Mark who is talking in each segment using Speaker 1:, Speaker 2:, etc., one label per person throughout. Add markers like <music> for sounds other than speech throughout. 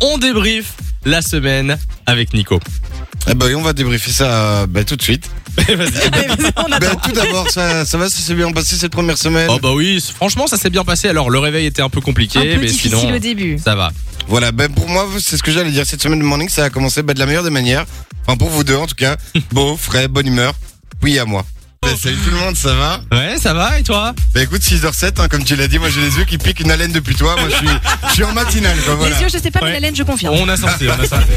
Speaker 1: on débrief la semaine avec <laughs> Nico.
Speaker 2: Eh ben, on va débriefer ça bah, tout de suite.
Speaker 1: Eh, Vas-y.
Speaker 3: On attend.
Speaker 2: Ben, tout d'abord, ça, ça va, ça s'est bien passé cette première semaine.
Speaker 1: <laughs> Oh bah oui, c- franchement ça s'est bien passé. Alors le réveil était un peu compliqué,
Speaker 3: un peu
Speaker 1: mais
Speaker 3: difficile
Speaker 1: sinon
Speaker 3: au début.
Speaker 1: ça va.
Speaker 2: Voilà, ben pour moi, c'est ce que j'allais dire. Cette semaine de morning, ça a commencé ben, de la meilleure des manières. Enfin, pour vous deux en tout <laughs> cas. Beau, frais, bonne humeur. Oui, à moi. Ben, salut tout le monde, ça va
Speaker 1: Ouais, ça va et toi
Speaker 2: Bah écoute, 6h07, hein, comme tu l'as dit, moi j'ai les yeux qui piquent une haleine depuis toi. Moi je suis, je suis en matinale, quoi, voilà.
Speaker 3: Les yeux, je sais pas, mais
Speaker 1: Ouais.
Speaker 3: la laine, je confirme.
Speaker 1: On a senti, on a senti. <laughs>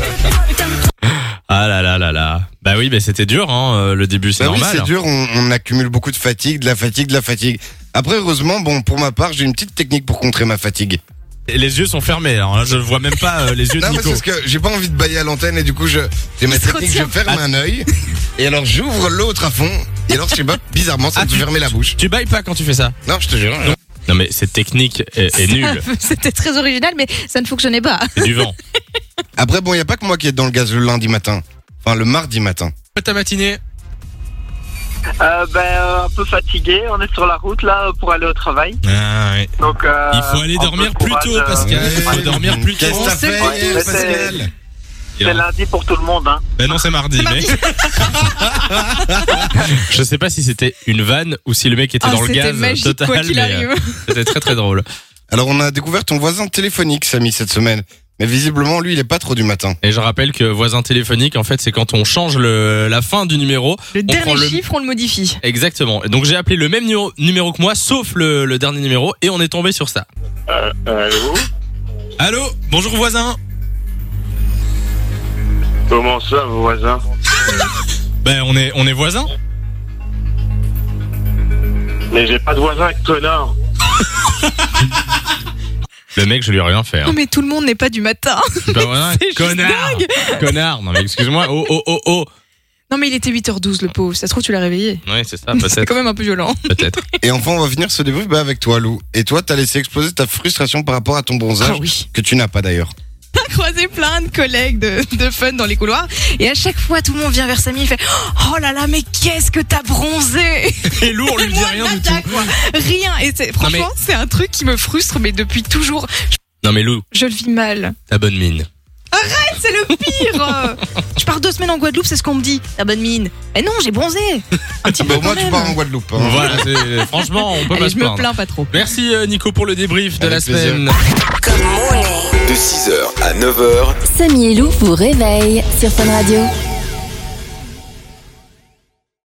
Speaker 1: Ah là là là là. Bah oui, bah c'était dur hein, euh, le début, c'est
Speaker 2: Bah oui,
Speaker 1: normal.
Speaker 2: c'est dur, on, on accumule beaucoup de fatigue, de la fatigue, de la fatigue. Après, heureusement, bon, pour ma part, j'ai une petite technique pour contrer ma fatigue.
Speaker 1: Et Les yeux sont fermés. Alors là, je vois même pas euh, les yeux de
Speaker 2: Non, mais
Speaker 1: Nico.
Speaker 2: c'est parce que j'ai pas envie de bailler à l'antenne et du coup, je, j'ai ma
Speaker 3: Il se
Speaker 2: technique, je
Speaker 3: retient.
Speaker 2: ferme
Speaker 1: Ah.
Speaker 2: un œil et alors j'ouvre l'autre à fond et alors, je sais pas, bizarrement, ça
Speaker 1: Ah,
Speaker 2: me fait
Speaker 1: tu-
Speaker 2: fermer la bouche.
Speaker 1: Tu bailles pas quand tu fais ça
Speaker 2: Non, je te jure. hein.
Speaker 1: Non mais cette technique est, est <laughs> nulle.
Speaker 3: <laughs> C'était très original, mais ça ne fonctionnait pas.
Speaker 1: C'est du vent.
Speaker 2: Après, bon, y a pas que moi qui est dans le gaz le lundi matin. Enfin, le mardi matin.
Speaker 1: Ta matinée
Speaker 4: Euh, ben, euh, un peu fatigué, on est sur la route là pour aller au travail.
Speaker 1: ah, ouais.
Speaker 4: Donc, euh,
Speaker 1: Il faut aller
Speaker 4: un peu
Speaker 1: dormir
Speaker 4: de
Speaker 1: plus
Speaker 4: courage,
Speaker 1: tôt,
Speaker 4: euh,
Speaker 1: Pascal. Il faut dormir plus
Speaker 2: Qu'est-ce
Speaker 1: tôt.
Speaker 2: que t'as fait
Speaker 4: sait
Speaker 2: hier,
Speaker 4: tous, c'est-
Speaker 2: Pascal
Speaker 4: C'est lundi pour tout le monde. Hein.
Speaker 1: Ben non, c'est mardi.
Speaker 3: mardi.
Speaker 1: <laughs> je sais pas si c'était une vanne ou si le mec était
Speaker 3: Ah,
Speaker 1: dans le
Speaker 3: C'était
Speaker 1: gaz
Speaker 3: magique,
Speaker 1: total.
Speaker 3: quoi qu'il
Speaker 1: mais,
Speaker 3: arrive. <laughs>
Speaker 1: euh, c'était très très drôle.
Speaker 2: Alors, on a découvert ton voisin téléphonique, Samy, cette semaine. Mais visiblement, lui, il est pas trop du matin.
Speaker 1: Et je rappelle que voisin téléphonique, en fait, c'est quand on change le, la fin du numéro.
Speaker 3: Le
Speaker 1: prend
Speaker 3: dernier
Speaker 1: le-
Speaker 3: chiffre, on le modifie.
Speaker 1: Exactement. Et Donc j'ai appelé le même numéro, numéro que moi, sauf le, le dernier numéro, et on est tombé sur ça.
Speaker 5: Euh, Allô
Speaker 1: Allô, bonjour voisin.
Speaker 5: Comment ça, vos voisins
Speaker 1: Ben on est on est voisins.
Speaker 5: Mais j'ai pas de voisins, connard
Speaker 1: Le mec, je lui ai rien fait.
Speaker 3: Non,
Speaker 1: Hein.
Speaker 3: mais tout le monde n'est pas du matin.
Speaker 1: Je
Speaker 3: <laughs>
Speaker 1: suis pas voisin,
Speaker 3: C'est juste
Speaker 1: connard. Connard. Non mais excuse-moi. Oh oh oh oh.
Speaker 3: Non, mais il était 8h12, le pauvre. Ça se trouve, tu l'as réveillé.
Speaker 1: Oui, Ah, bah, c'est ça.
Speaker 3: <laughs> C'est
Speaker 1: <laughs> Peut-être.
Speaker 3: quand même un peu violent.
Speaker 1: Peut-être.
Speaker 2: Et enfin, on va venir se débrief bah, avec toi, Lou. Et toi, t'as laissé exploser ta frustration par rapport à ton bronzage,
Speaker 3: Ah oui.
Speaker 2: que tu n'as pas d'ailleurs.
Speaker 3: T'as croisé plein de collègues de, de fun dans les couloirs. Et à chaque fois, tout le monde vient vers Samy et fait Oh là là, mais qu'est-ce que t'as bronzé
Speaker 1: Et Lou, on lui dit
Speaker 3: Moi,
Speaker 1: rien du
Speaker 3: nada,
Speaker 1: tout.
Speaker 3: quoi. Rien. Et c'est-
Speaker 1: mais-
Speaker 3: franchement, c'est un truc qui me frustre, mais depuis toujours,
Speaker 1: Non mais Lou,
Speaker 3: je le vis mal.
Speaker 1: ta bonne mine.
Speaker 3: C'est le pire Je pars deux semaines en Guadeloupe, c'est ce qu'on me dit. La bonne mine. Eh non, j'ai bronzé Un petit
Speaker 2: Bah,
Speaker 3: peu
Speaker 2: au moins,
Speaker 3: Ah quand
Speaker 2: tu
Speaker 3: même.
Speaker 2: pars en Guadeloupe. hein.
Speaker 1: Voilà, c'est- franchement, on peut
Speaker 3: Allez,
Speaker 1: pas se
Speaker 3: je me
Speaker 1: plaindre.
Speaker 3: plains pas trop.
Speaker 1: Merci euh, Nico pour le débrief de
Speaker 2: Avec
Speaker 1: la
Speaker 2: plaisir.
Speaker 1: semaine.
Speaker 6: Samy et Lou vous réveille sur Fun Radio.